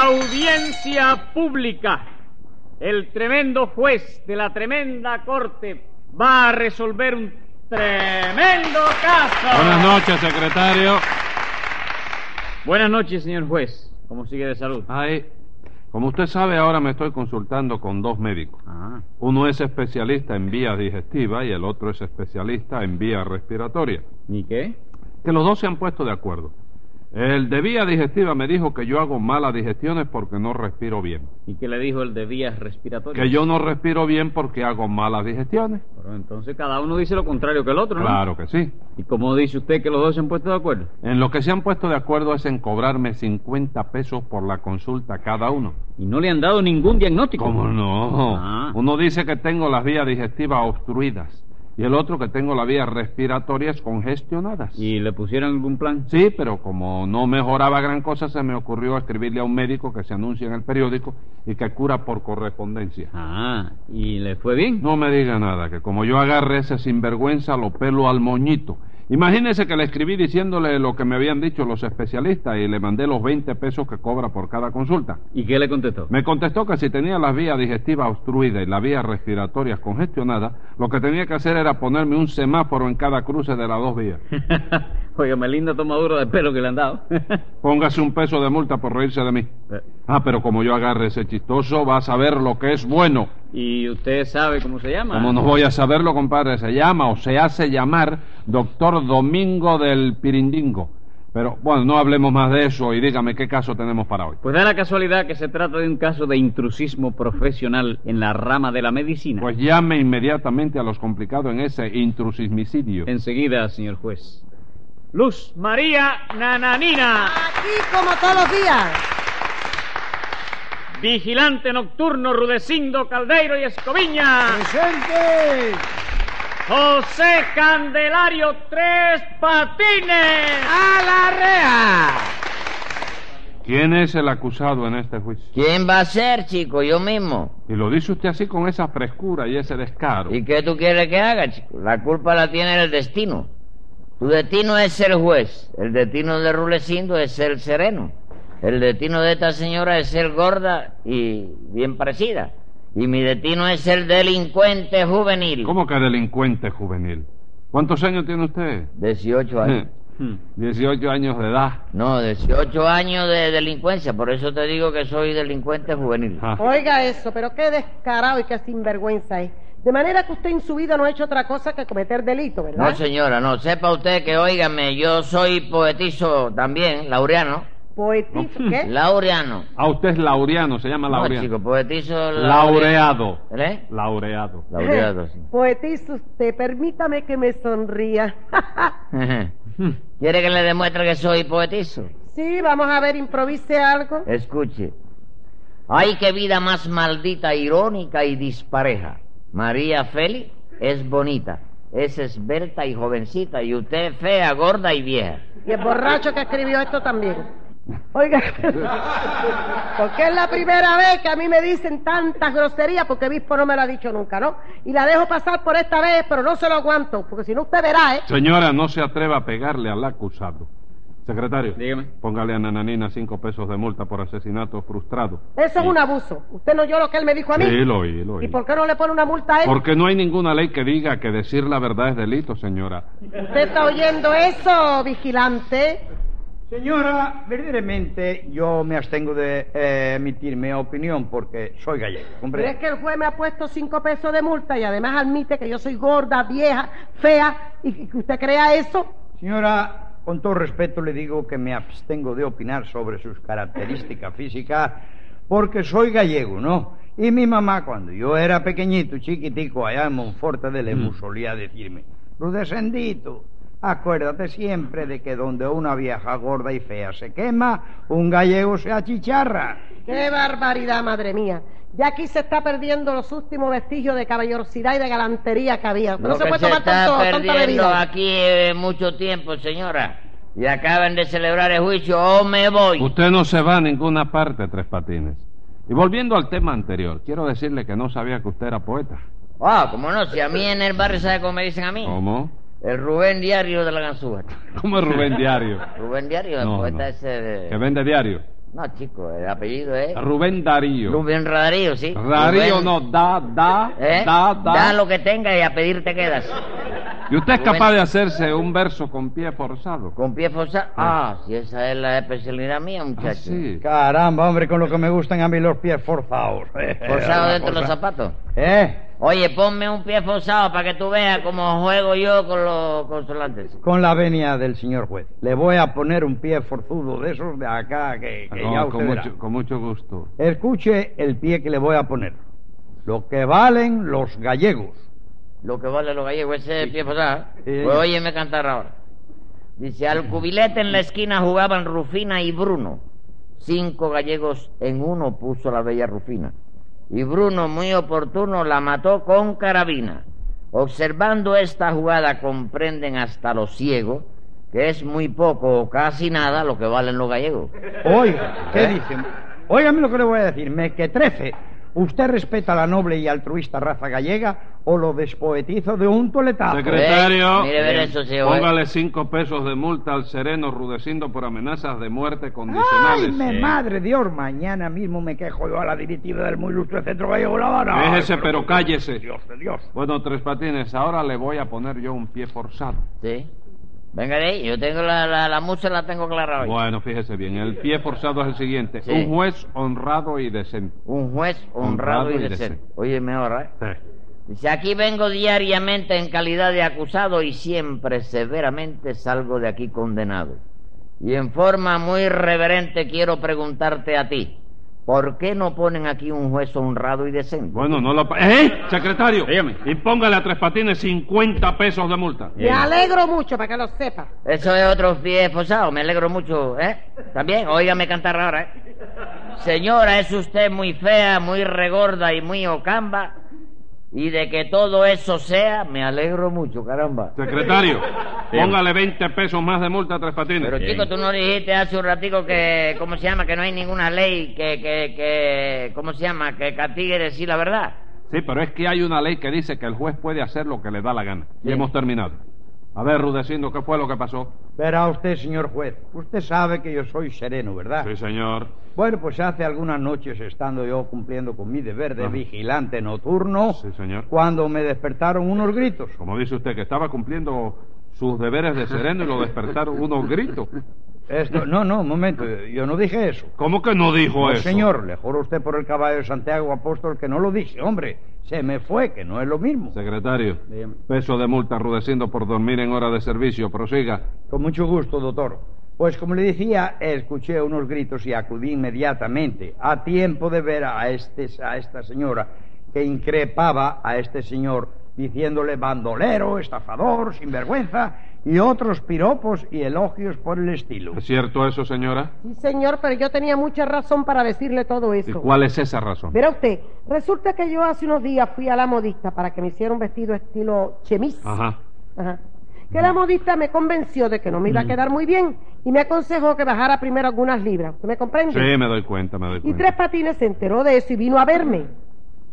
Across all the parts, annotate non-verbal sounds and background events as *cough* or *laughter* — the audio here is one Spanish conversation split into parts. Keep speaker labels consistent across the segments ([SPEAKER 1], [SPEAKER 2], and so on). [SPEAKER 1] Audiencia pública. El tremendo juez de la tremenda corte va a resolver un tremendo caso.
[SPEAKER 2] Buenas noches, secretario.
[SPEAKER 1] Buenas noches, señor juez. ¿Cómo sigue de salud?
[SPEAKER 2] Ay, como usted sabe, ahora me estoy consultando con dos médicos.
[SPEAKER 1] Ah,
[SPEAKER 2] Uno es especialista en vía digestiva y el otro es especialista en vía respiratoria.
[SPEAKER 1] ¿y qué?
[SPEAKER 2] Que los dos se han puesto de acuerdo. El de vía digestiva me dijo que yo hago malas digestiones porque no respiro bien.
[SPEAKER 1] ¿Y qué le dijo el de vías respiratorias?
[SPEAKER 2] Que yo no respiro bien porque hago malas digestiones.
[SPEAKER 1] Pero entonces cada uno dice lo contrario que el otro, ¿no?
[SPEAKER 2] Claro que sí.
[SPEAKER 1] ¿Y cómo dice usted que los dos se han puesto de acuerdo?
[SPEAKER 2] En lo que se han puesto de acuerdo es en cobrarme 50 pesos por la consulta cada uno.
[SPEAKER 1] Y no le han dado ningún diagnóstico.
[SPEAKER 2] ¿Cómo no?
[SPEAKER 1] Ah.
[SPEAKER 2] Uno dice que tengo las vías digestivas obstruidas y el otro que tengo las vías respiratorias congestionadas.
[SPEAKER 1] ¿Y le pusieron algún plan?
[SPEAKER 2] Sí, pero como no mejoraba gran cosa, se me ocurrió escribirle a un médico que se anuncia en el periódico y que cura por correspondencia.
[SPEAKER 1] Ah, ¿y le fue bien?
[SPEAKER 2] No me diga nada, que como yo agarré ese sinvergüenza, lo pelo al moñito. Imagínese que le escribí diciéndole lo que me habían dicho los especialistas y le mandé los 20 pesos que cobra por cada consulta.
[SPEAKER 1] ¿Y qué le contestó?
[SPEAKER 2] Me contestó que si tenía las vías digestivas obstruidas y las vías respiratorias congestionadas, lo que tenía que hacer era ponerme un semáforo en cada cruce de las dos vías.
[SPEAKER 1] *laughs* Oiga, me linda tomadura de pelo que le han dado.
[SPEAKER 2] Póngase un peso de multa por reírse de mí. Ah, pero como yo agarre ese chistoso, va a saber lo que es bueno.
[SPEAKER 1] ¿Y usted sabe cómo se llama?
[SPEAKER 2] Como no voy a saberlo, compadre, se llama o se hace llamar doctor Domingo del Pirindingo. Pero bueno, no hablemos más de eso y dígame qué caso tenemos para hoy.
[SPEAKER 1] Pues da la casualidad que se trata de un caso de intrusismo profesional en la rama de la medicina.
[SPEAKER 2] Pues llame inmediatamente a los complicados en ese intrusismicidio.
[SPEAKER 1] Enseguida, señor juez. Luz María Nananina,
[SPEAKER 3] Aquí como todos los días.
[SPEAKER 1] vigilante nocturno Rudecindo Caldeiro y Escoviña.
[SPEAKER 3] ¡Presente!
[SPEAKER 1] José Candelario Tres Patines.
[SPEAKER 3] ¡A la rea!
[SPEAKER 2] ¿Quién es el acusado en este juicio?
[SPEAKER 4] ¿Quién va a ser, chico? Yo mismo.
[SPEAKER 2] Y lo dice usted así con esa frescura y ese descaro.
[SPEAKER 4] ¿Y qué tú quieres que haga, chico? La culpa la tiene el destino. Tu destino es ser juez. El destino de Rulecindo es ser sereno. El destino de esta señora es ser gorda y bien parecida. Y mi destino es ser delincuente juvenil.
[SPEAKER 2] ¿Cómo que delincuente juvenil? ¿Cuántos años tiene usted?
[SPEAKER 4] 18 años.
[SPEAKER 2] 18 años de edad.
[SPEAKER 4] No, 18 años de delincuencia. Por eso te digo que soy delincuente juvenil.
[SPEAKER 2] Ah.
[SPEAKER 3] Oiga eso, pero qué descarado y qué sinvergüenza es. De manera que usted en su vida no ha hecho otra cosa que cometer delito, ¿verdad?
[SPEAKER 4] No, señora, no. Sepa usted que, óigame, yo soy poetizo también, laureano.
[SPEAKER 3] Poetizo,
[SPEAKER 2] *laughs*
[SPEAKER 3] ¿qué?
[SPEAKER 4] Laureano.
[SPEAKER 2] Ah, usted es laureano, se
[SPEAKER 3] Ah,
[SPEAKER 2] llama
[SPEAKER 4] No,
[SPEAKER 2] laureano.
[SPEAKER 4] chico, pues poetizo
[SPEAKER 2] laureado.
[SPEAKER 4] ¿Eh?
[SPEAKER 2] Laureado.
[SPEAKER 4] Laureado, sí.
[SPEAKER 3] Poetizo usted, permítame que me sonría.
[SPEAKER 4] *laughs*
[SPEAKER 3] *laughs*
[SPEAKER 4] ¿Quiere que le demuestre que soy poetizo?
[SPEAKER 3] sí, vamos a ver, improvise algo.
[SPEAKER 4] Escuche. Ay, qué vida más maldita, irónica y dispareja. María Félix es bonita, es esbelta y jovencita, y usted es fea, gorda y vieja.
[SPEAKER 3] Y el borracho que escribió esto también. Oiga, *laughs* porque es la primera vez que a mí me dicen tantas groserías, porque Bispo no me lo ha dicho nunca, ¿no? Y la dejo pasar por esta vez, pero no se lo aguanto, porque si no usted verá, ¿eh?
[SPEAKER 2] Señora, no se atreva a pegarle al acusado. Secretario,
[SPEAKER 1] Dígame.
[SPEAKER 2] póngale a Nananina cinco pesos de multa por asesinato frustrado.
[SPEAKER 3] Eso es un abuso. Usted no oyó lo que él me dijo a mí.
[SPEAKER 2] Sí, lo oí, lo oí.
[SPEAKER 3] ¿Y por qué no le pone una multa a él?
[SPEAKER 2] Porque no hay ninguna ley que diga que decir la verdad es delito, señora.
[SPEAKER 3] ¿Usted está oyendo eso, vigilante?
[SPEAKER 5] Señora, verdaderamente yo me abstengo de eh, emitir mi opinión porque soy gallego,
[SPEAKER 3] Pero es
[SPEAKER 5] hombre.
[SPEAKER 3] que el juez me ha puesto cinco pesos de multa y además admite que yo soy gorda, vieja, fea, y que usted crea eso.
[SPEAKER 5] Señora, con todo respeto le digo que me abstengo de opinar sobre sus características *laughs* físicas porque soy gallego, ¿no? Y mi mamá cuando yo era pequeñito, chiquitico, allá en Monfortadele,
[SPEAKER 2] Mm.
[SPEAKER 5] solía decirme, Rudecendito, acuérdate siempre de que donde una vieja gorda y fea se quema, un gallego se achicharra.
[SPEAKER 3] ¡Qué barbaridad, madre mía! Ya aquí se está perdiendo los últimos vestigios de caballerosidad y de galantería que había.
[SPEAKER 4] Lo
[SPEAKER 3] No se
[SPEAKER 4] que
[SPEAKER 3] puede
[SPEAKER 4] se
[SPEAKER 3] tomar
[SPEAKER 4] está
[SPEAKER 3] tanto, tanta
[SPEAKER 4] perdiendo
[SPEAKER 3] bebida.
[SPEAKER 4] aquí eh, mucho tiempo, señora. Y acaban de celebrar el juicio o me voy.
[SPEAKER 2] Usted no se va a ninguna parte, Tres Patines. Y volviendo al tema anterior, quiero decirle que no sabía que usted era poeta.
[SPEAKER 4] Ah, como no, si a mí en el barrio sabe cómo me dicen a mí.
[SPEAKER 2] ¿Cómo?
[SPEAKER 4] El Rubén Diario de la Ganzúa.
[SPEAKER 2] ¿Cómo es Rubén Diario?
[SPEAKER 4] Rubén Diario, el
[SPEAKER 2] No,
[SPEAKER 4] poeta
[SPEAKER 2] no.
[SPEAKER 4] ese de...
[SPEAKER 2] Que vende diario.
[SPEAKER 4] No, chico, el apellido es...
[SPEAKER 2] Rubén Darío.
[SPEAKER 4] Eh. Rubén Radarío, sí.
[SPEAKER 2] Darío
[SPEAKER 4] Rubén-
[SPEAKER 2] no, da, da,
[SPEAKER 4] ¿Eh?
[SPEAKER 2] da, da.
[SPEAKER 4] Da lo que tenga y a pedir te quedas.
[SPEAKER 2] ¿Y usted es
[SPEAKER 4] Rubén-
[SPEAKER 2] capaz de hacerse un verso con pie forzado?
[SPEAKER 4] Con pie forzado. Ah, si esa es la especialidad mía, muchacho.
[SPEAKER 2] Eh. Ah, sí.
[SPEAKER 5] Caramba, hombre, con lo que me gustan a mí los pies forzados. *laughs*
[SPEAKER 4] Forzado
[SPEAKER 5] Una
[SPEAKER 4] dentro de los
[SPEAKER 5] cosa.
[SPEAKER 4] zapatos.
[SPEAKER 5] ¿Eh?
[SPEAKER 4] Oye, ponme un pie forzado para que tú veas cómo juego yo con los consonantes.
[SPEAKER 5] Con la venia del señor juez. Le voy a poner un pie forzudo de esos de acá que, que
[SPEAKER 2] Con-
[SPEAKER 5] ya usted
[SPEAKER 2] con,
[SPEAKER 5] verá.
[SPEAKER 2] mucho, con mucho gusto.
[SPEAKER 5] Escuche el pie que le voy a poner. Lo que valen los gallegos.
[SPEAKER 4] Lo que vale los gallegos, ese pie forzado.
[SPEAKER 5] Sí.
[SPEAKER 4] Pues óyeme cantar ahora. Dice, al cubilete en la esquina jugaban Rufina y Bruno. Cinco gallegos en uno puso la bella Rufina. Y Bruno, muy oportuno, la mató con carabina. Observando esta jugada comprenden hasta los ciegos que es muy poco o casi nada lo que valen los gallegos.
[SPEAKER 5] Oiga, ¿qué
[SPEAKER 4] ¿Eh?
[SPEAKER 5] dicen? Óigame lo que le voy a decir, me que trece. ¿Usted respeta la noble y altruista raza gallega o lo despoetizo de un toletazo?
[SPEAKER 2] Secretario, eh,
[SPEAKER 4] Ey, Ah, mire, ver eso, sí, oye.
[SPEAKER 2] póngale cinco pesos de multa al sereno rudeciendo por amenazas de muerte
[SPEAKER 5] ¡Ay,
[SPEAKER 2] condicionales.
[SPEAKER 5] me madre Dios! Mañana mismo me quejo yo a la directiva del muy ilustre Centro Gallego de La Habana.
[SPEAKER 2] Déjese,
[SPEAKER 5] Ay,
[SPEAKER 2] pero cállese.
[SPEAKER 5] Dios de Dios.
[SPEAKER 2] Bueno, Tres Patines, ahora le voy a poner yo un pie forzado.
[SPEAKER 4] ¿Sí? Venga de ahí, yo tengo la, la, la musa, la tengo clara hoy.
[SPEAKER 2] Bueno, fíjese bien, el pie forzado es el siguiente.
[SPEAKER 4] Sí.
[SPEAKER 2] Un juez honrado y decente.
[SPEAKER 4] Un juez honrado, y decente. Óyeme ahora, ¿eh? Dice, aquí vengo diariamente en calidad de acusado y siempre severamente salgo de aquí condenado. Y en forma muy reverente quiero preguntarte a ti, ¿por qué no ponen aquí un juez honrado y decente?
[SPEAKER 2] Bueno, no lo... pa- ¡Eh! Secretario, y póngale a Tres Patines 50 pesos de multa.
[SPEAKER 3] Me alegro mucho para que lo sepa.
[SPEAKER 4] Eso es otro pie forzado, me alegro mucho, ¿eh? También, óigame cantar ahora, ¿eh? Señora, es usted muy fea, muy regorda y muy ocamba, y de que todo eso sea, me alegro mucho, caramba.
[SPEAKER 2] Secretario, póngale 20 pesos más de multa a Tres Patines.
[SPEAKER 4] Pero chico, tú no dijiste hace un ratico que, ¿cómo se llama? Que no hay ninguna ley que, que, que ¿cómo se llama? Que castigue decir la verdad.
[SPEAKER 2] Sí, pero es que hay una ley que dice que el juez puede hacer lo que le da la gana.
[SPEAKER 4] Sí.
[SPEAKER 2] Y hemos terminado. A ver, Rudecindo, ¿qué fue lo que pasó?
[SPEAKER 5] Verá usted, señor juez, usted sabe que yo soy sereno,
[SPEAKER 4] Ah.
[SPEAKER 5] ¿verdad?
[SPEAKER 2] Sí, señor.
[SPEAKER 5] Bueno, pues hace algunas noches, estando yo cumpliendo con mi deber de
[SPEAKER 2] Ajá.
[SPEAKER 5] vigilante nocturno,
[SPEAKER 2] Sí, señor.
[SPEAKER 5] cuando me despertaron unos gritos.
[SPEAKER 2] Como dice usted, que estaba cumpliendo sus deberes de sereno y lo despertaron unos gritos.
[SPEAKER 5] Esto, no, no, un momento, yo no dije eso.
[SPEAKER 2] ¿Cómo que no dijo
[SPEAKER 5] No,
[SPEAKER 2] eso?
[SPEAKER 5] señor, le juro a usted por el caballo de Santiago Apóstol que no lo dije, hombre. Se me fue, que no es lo mismo.
[SPEAKER 2] Secretario,
[SPEAKER 5] Dígame.
[SPEAKER 2] peso de multa Rudecindo por dormir en hora de servicio. Prosiga.
[SPEAKER 5] Con mucho gusto, doctor. Pues como le decía, escuché unos gritos y acudí inmediatamente, a tiempo de ver a, este, a esta señora que increpaba a este señor diciéndole bandolero, estafador, sinvergüenza y otros piropos y elogios por el estilo.
[SPEAKER 2] ¿Es cierto eso, señora?
[SPEAKER 3] Sí, señor, pero yo tenía mucha razón para decirle todo
[SPEAKER 2] ¿Y
[SPEAKER 3] eso.
[SPEAKER 2] cuál es esa razón?
[SPEAKER 3] Verá usted, resulta que yo hace unos días fui a la modista para que me hiciera un vestido estilo chemis.
[SPEAKER 2] Ajá.
[SPEAKER 3] Ajá. Que la modista me convenció de que no me
[SPEAKER 2] Mm.
[SPEAKER 3] iba a quedar muy bien y me aconsejó que bajara primero algunas libras. ¿Usted me
[SPEAKER 2] Sí,
[SPEAKER 3] comprende?
[SPEAKER 2] me doy cuenta, me doy
[SPEAKER 3] y
[SPEAKER 2] cuenta.
[SPEAKER 3] Tres Patines se enteró de eso y vino a verme.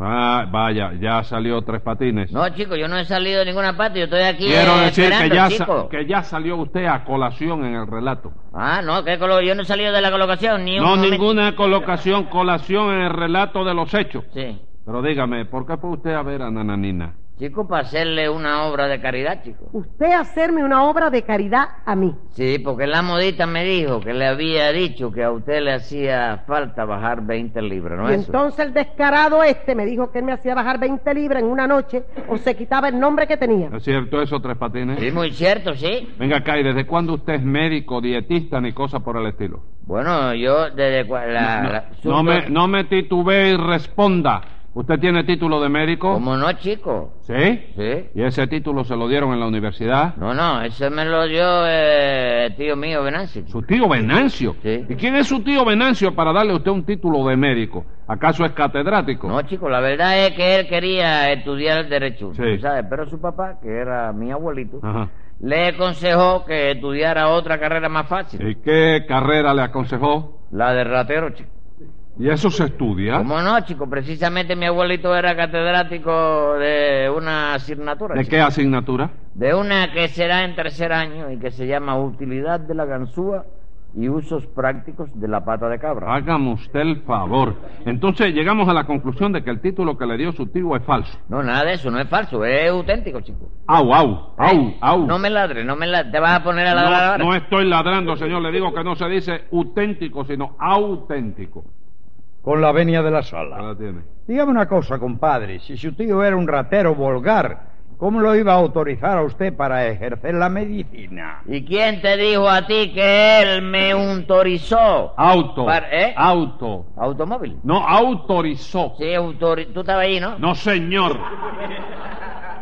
[SPEAKER 2] Ah, vaya, ya salió Tres Patines.
[SPEAKER 4] No, chico, yo no he salido de ninguna parte, yo estoy aquí
[SPEAKER 2] Quiero
[SPEAKER 4] eh,
[SPEAKER 2] decir que
[SPEAKER 4] esperando,
[SPEAKER 2] ya, sa-
[SPEAKER 4] chico.
[SPEAKER 2] que ya salió usted a colación en el relato.
[SPEAKER 4] Ah, no, que colo- yo no he salido de la colocación ni un
[SPEAKER 2] No,
[SPEAKER 4] momento.
[SPEAKER 2] ninguna colocación, colación en el relato de los hechos.
[SPEAKER 4] Sí.
[SPEAKER 2] Pero dígame, ¿por qué fue usted a ver a Nananina?
[SPEAKER 4] Chico, para hacerle una obra de caridad, chico.
[SPEAKER 3] Usted hacerme una obra de caridad a mí.
[SPEAKER 4] Sí, porque la modita me dijo que le había dicho que a usted le hacía falta bajar 20 libras, ¿no
[SPEAKER 3] y
[SPEAKER 4] es eso?
[SPEAKER 3] entonces el descarado este me dijo que él me hacía bajar 20 libras en una noche o se quitaba el nombre que tenía.
[SPEAKER 2] ¿Es cierto eso, Tres Patines?
[SPEAKER 4] Sí, muy cierto, sí.
[SPEAKER 2] Venga acá, ¿y desde cuándo usted es médico, dietista, ni cosa por el estilo?
[SPEAKER 4] Bueno, yo desde cua- la,
[SPEAKER 2] No,
[SPEAKER 4] la-
[SPEAKER 2] no me, no me titubee y responda. ¿Usted tiene título de médico?
[SPEAKER 4] ¿Cómo no, chico?
[SPEAKER 2] ¿Sí?
[SPEAKER 4] Sí.
[SPEAKER 2] ¿Y ese título se lo dieron en la universidad?
[SPEAKER 4] No, no, ese me lo dio eh, tío mío, Venancio.
[SPEAKER 2] Su tío Venancio.
[SPEAKER 4] Sí.
[SPEAKER 2] ¿Y quién es su tío Venancio para darle a usted un título de médico? ¿Acaso es catedrático?
[SPEAKER 4] No, chico, la verdad es que él quería estudiar el derecho,
[SPEAKER 2] Sí. Ah.
[SPEAKER 4] ¿tú ¿sabes? Pero su papá, que era mi abuelito,
[SPEAKER 2] Ajá.
[SPEAKER 4] le aconsejó que estudiara otra carrera más fácil,
[SPEAKER 2] ¿Y qué carrera le aconsejó?
[SPEAKER 4] la de ratero, chico.
[SPEAKER 2] ¿Y eso se estudia?
[SPEAKER 4] ¿Cómo no, chico? Precisamente mi abuelito era catedrático de una asignatura.
[SPEAKER 2] ¿De
[SPEAKER 4] chico.
[SPEAKER 2] qué asignatura?
[SPEAKER 4] De una que será en tercer año y que se llama Utilidad de la ganzúa y usos prácticos de la pata de cabra.
[SPEAKER 2] Hágame usted el favor. Entonces llegamos a la conclusión de que el título que le dio su tío es falso.
[SPEAKER 4] No, nada de eso, no es falso, es auténtico, chico.
[SPEAKER 2] Au, au, au,
[SPEAKER 4] ¿Eh?
[SPEAKER 2] au.
[SPEAKER 4] No me ladre, no me ladre. Te vas a poner a
[SPEAKER 2] No,
[SPEAKER 4] ladrar ahora.
[SPEAKER 2] no estoy ladrando, señor. Le digo que no se dice auténtico, sino auténtico.
[SPEAKER 5] Con la venia de la sala.
[SPEAKER 2] Ahí la tiene.
[SPEAKER 5] Dígame una cosa, compadre. Si su tío era un ratero vulgar, ¿cómo lo iba a autorizar a usted para ejercer la medicina?
[SPEAKER 4] ¿Y quién te dijo a ti que él me autorizó?
[SPEAKER 2] Auto.
[SPEAKER 4] Para- ¿eh?
[SPEAKER 2] Auto.
[SPEAKER 4] ¿Automóvil?
[SPEAKER 2] No autorizó.
[SPEAKER 4] Sí, autori- tú estabas ahí, ¿no?
[SPEAKER 2] No, señor.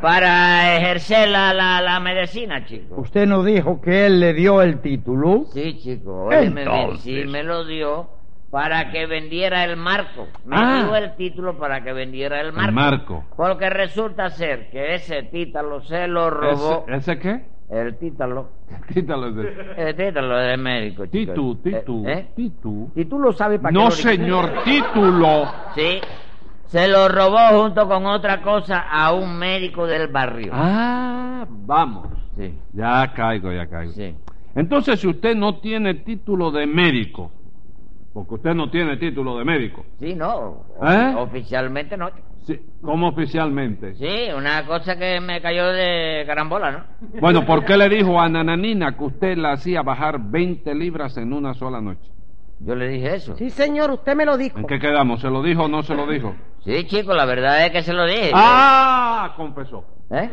[SPEAKER 4] Para ejercer la, la, la medicina, chico.
[SPEAKER 5] ¿Usted no dijo que él le dio el título?
[SPEAKER 4] Sí, chico, óyeme bien,
[SPEAKER 5] Entonces.
[SPEAKER 4] sí me lo dio para que vendiera el marco. Me
[SPEAKER 2] Ah.
[SPEAKER 4] dio el título para que vendiera el marco.
[SPEAKER 2] El marco.
[SPEAKER 4] Porque resulta ser que ese títalo se lo robó.
[SPEAKER 2] ¿Ese, eh. ese qué? *laughs*
[SPEAKER 4] El títalo.
[SPEAKER 2] Quítalo de.
[SPEAKER 4] El títalo del médico, chico.
[SPEAKER 2] Titu, titu,
[SPEAKER 4] Eh, ¿eh?
[SPEAKER 2] titu.
[SPEAKER 4] ¿Y tú lo sabes para qué
[SPEAKER 2] No,
[SPEAKER 4] lo dijiste?
[SPEAKER 2] señor, título.
[SPEAKER 4] Sí. Se lo robó junto con otra cosa a un médico del barrio.
[SPEAKER 2] Ah, vamos.
[SPEAKER 4] Sí,
[SPEAKER 2] Ya caigo, ya caigo.
[SPEAKER 4] sí.
[SPEAKER 2] Entonces, si usted no tiene título de médico, porque usted no tiene título de médico,
[SPEAKER 4] Sí, no. o-
[SPEAKER 2] ¿Eh?
[SPEAKER 4] Oficialmente no.
[SPEAKER 2] sí, ¿cómo oficialmente?
[SPEAKER 4] Sí, una cosa que me cayó de carambola, ¿no?
[SPEAKER 2] Bueno, ¿por qué le dijo a Nananina que usted la hacía bajar 20 libras en una sola noche?
[SPEAKER 4] Yo le dije eso.
[SPEAKER 3] Sí, señor, usted me lo dijo.
[SPEAKER 2] ¿En qué quedamos? ¿Se lo dijo o no se lo dijo?
[SPEAKER 4] Sí, chico, la verdad es que se lo dije.
[SPEAKER 2] Ah, confesó.
[SPEAKER 4] ¿Eh?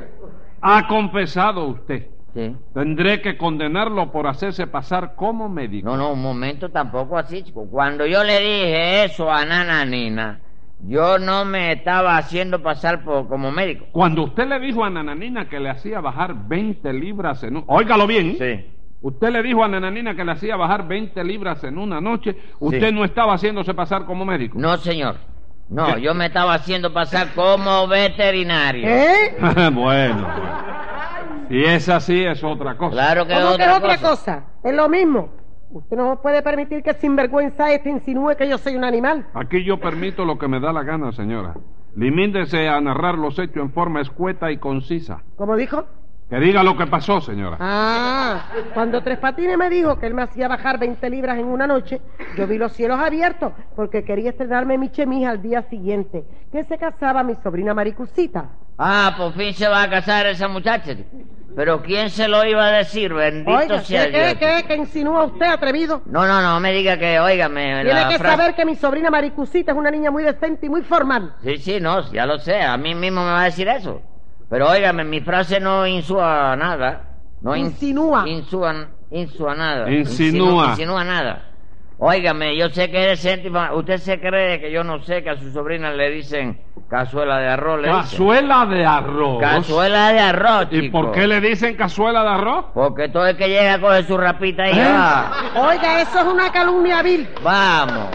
[SPEAKER 2] Ha confesado usted.
[SPEAKER 4] Sí.
[SPEAKER 2] Tendré que condenarlo por hacerse pasar como médico.
[SPEAKER 4] No, no, un momento tampoco así, chico. Cuando yo le dije eso a Nana Nina, yo no me estaba haciendo pasar por, como médico.
[SPEAKER 2] Cuando usted le dijo a Nananina que le hacía bajar 20 libras en un... Óigalo bien. Usted le dijo a Nananina que le hacía bajar 20 libras en una noche. Usted
[SPEAKER 4] Sí.
[SPEAKER 2] no estaba haciéndose pasar como médico.
[SPEAKER 4] No, señor. No,
[SPEAKER 2] ¿Qué?
[SPEAKER 4] yo me estaba haciendo pasar como veterinario.
[SPEAKER 3] ¿Eh?
[SPEAKER 2] *laughs* bueno. Si es así, es otra cosa.
[SPEAKER 4] Claro que es
[SPEAKER 3] ¿Cómo que es
[SPEAKER 4] otra
[SPEAKER 3] otra
[SPEAKER 4] cosa.
[SPEAKER 3] cosa? Es lo mismo. Usted no puede permitir que sinvergüenza este insinúe que yo soy un animal.
[SPEAKER 2] Aquí yo permito lo que me da la gana, señora. Limítese a narrar los hechos en forma escueta y concisa.
[SPEAKER 3] ¿Cómo dijo?
[SPEAKER 2] Que diga lo que pasó, señora.
[SPEAKER 3] Ah, cuando Tres Patines me dijo que él me hacía bajar 20 libras en una noche, yo vi los cielos abiertos porque quería estrenarme mi chemise al día siguiente, que se casaba mi sobrina Maricusita.
[SPEAKER 4] Ah, por fin se va a casar esa muchacha. Pero ¿quién se lo iba a decir? Bendito
[SPEAKER 3] Oiga,
[SPEAKER 4] sea
[SPEAKER 3] ¿qué,
[SPEAKER 4] Dios.
[SPEAKER 3] qué, qué, qué insinúa usted, atrevido?
[SPEAKER 4] No, no, no me diga que, óigame.
[SPEAKER 3] Tiene
[SPEAKER 4] la
[SPEAKER 3] que
[SPEAKER 4] frase-
[SPEAKER 3] saber que mi sobrina Maricusita es una niña muy decente y muy formal.
[SPEAKER 4] Sí, sí, no, ya lo sé. A mí mismo me va a decir eso. Pero óigame, mi frase no insúa nada. No in-
[SPEAKER 3] Insinúa.
[SPEAKER 4] Insúa, insúa nada.
[SPEAKER 2] Insinúa.
[SPEAKER 4] Insinu- Insinúa nada. Óigame, yo sé que es decente. y fa- Usted se cree que yo no sé que a su sobrina le dicen cazuela de arroz. Le dicen.
[SPEAKER 2] Cazuela de arroz.
[SPEAKER 4] Cazuela de arroz.
[SPEAKER 2] ¿Y
[SPEAKER 4] chico.
[SPEAKER 2] por qué le dicen cazuela de arroz?
[SPEAKER 4] Porque todo el que llega coge su rapita y
[SPEAKER 2] ¿Eh?
[SPEAKER 4] va.
[SPEAKER 3] Oiga, eso es una calumnia vil.
[SPEAKER 4] Vamos.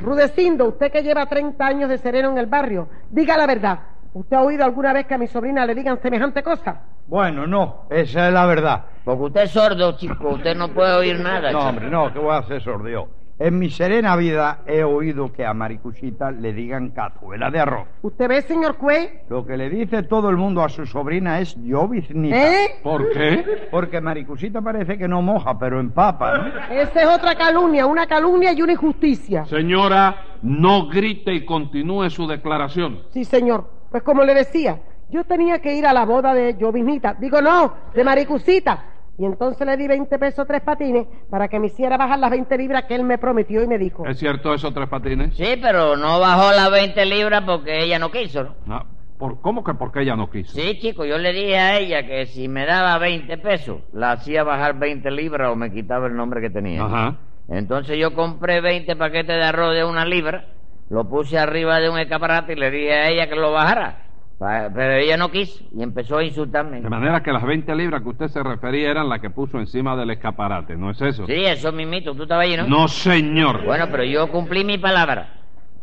[SPEAKER 3] Rudecindo, usted que lleva 30 años de sereno en el barrio, diga la verdad. ¿Usted ha oído alguna vez que a mi sobrina le digan semejante cosa?
[SPEAKER 5] Bueno, no, esa es la verdad.
[SPEAKER 4] Porque usted es sordo, chico. Usted no puede oír nada.
[SPEAKER 5] No,
[SPEAKER 4] chico.
[SPEAKER 5] hombre, no, que voy a hacer sordio. En mi serena vida he oído que a Maricusita le digan cazuela de arroz.
[SPEAKER 3] ¿Usted ve, señor Cuey?
[SPEAKER 5] Lo que le dice todo el mundo a su sobrina es lloviznita.
[SPEAKER 3] ¿Eh?
[SPEAKER 2] ¿Por qué?
[SPEAKER 5] Porque Maricusita parece que no moja, pero empapa, ¿no?
[SPEAKER 3] Esa es otra calumnia, una calumnia y una injusticia.
[SPEAKER 2] Señora, no grite y continúe su declaración.
[SPEAKER 3] Sí, señor. Pues como le decía, yo tenía que ir a la boda de Jovinita. Digo, no, de Maricusita. Y entonces le di 20 pesos tres patines para que me hiciera bajar las 20 libras que él me prometió y me dijo.
[SPEAKER 2] ¿Es cierto eso, Tres Patines?
[SPEAKER 4] Sí, pero no bajó las 20 libras porque ella no quiso, ¿no?
[SPEAKER 2] Ah, ¿por, ¿Cómo que por qué ella no quiso?
[SPEAKER 4] Sí, chico, yo le dije a ella que si me daba 20 pesos, la hacía bajar 20 libras o me quitaba el nombre que tenía.
[SPEAKER 2] Ajá.
[SPEAKER 4] Entonces yo compré 20 paquetes de arroz de una libra, lo puse arriba de un escaparate y le dije a ella que lo bajara. Pa- Pero ella no quiso y empezó a insultarme.
[SPEAKER 2] De manera que las 20 libras que usted se refería eran las que puso encima del escaparate, ¿no es eso?
[SPEAKER 4] Sí, eso es mito, tú estabas allí, ¿no?
[SPEAKER 2] No, señor.
[SPEAKER 4] Bueno, pero yo cumplí mi palabra,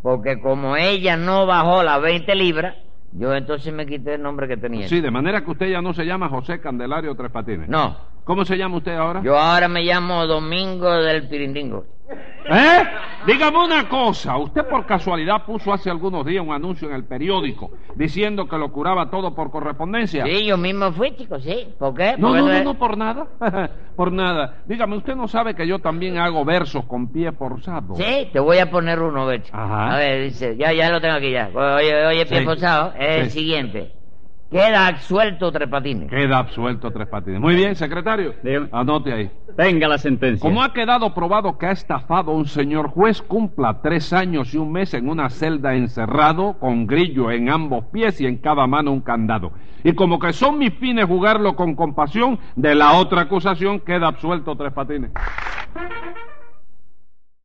[SPEAKER 4] porque como ella no bajó las 20 libras, yo entonces me quité el nombre que tenía.
[SPEAKER 2] Sí, de manera que usted ya no se llama José Candelario Tres Patines.
[SPEAKER 4] No,
[SPEAKER 2] ¿Cómo se llama usted ahora?
[SPEAKER 4] Yo ahora me llamo Domingo del Pirindingo.
[SPEAKER 2] ¿Eh? Dígame una cosa, usted por casualidad puso hace algunos días un anuncio en el periódico diciendo que lo curaba todo por correspondencia.
[SPEAKER 4] Sí, eh. yo mismo fui, chico, sí. ¿Por qué?
[SPEAKER 2] No,
[SPEAKER 4] Porque
[SPEAKER 2] no,
[SPEAKER 4] eso
[SPEAKER 2] no,
[SPEAKER 4] es-
[SPEAKER 2] no, por nada. *laughs* por nada. Dígame, usted no sabe que yo también hago versos con pie forzado.
[SPEAKER 4] Sí, te voy a poner uno, Beto.
[SPEAKER 2] Ajá.
[SPEAKER 4] A ver, dice, ya, ya lo tengo aquí ya. Oye, oye, pie
[SPEAKER 2] Sí.
[SPEAKER 4] forzado, es el
[SPEAKER 2] Sí.
[SPEAKER 4] siguiente. Queda suelto tres patines.
[SPEAKER 2] Queda absuelto tres patines. Muy bien, secretario.
[SPEAKER 1] Dígame.
[SPEAKER 2] Anote ahí.
[SPEAKER 1] Tenga la sentencia.
[SPEAKER 2] Como ha quedado probado que ha estafado a un señor juez, cumpla tres años y un mes en una celda encerrado, con grillo en ambos pies y en cada mano un candado. Y como que son mis fines jugarlo con compasión, de la otra acusación queda absuelto tres patines.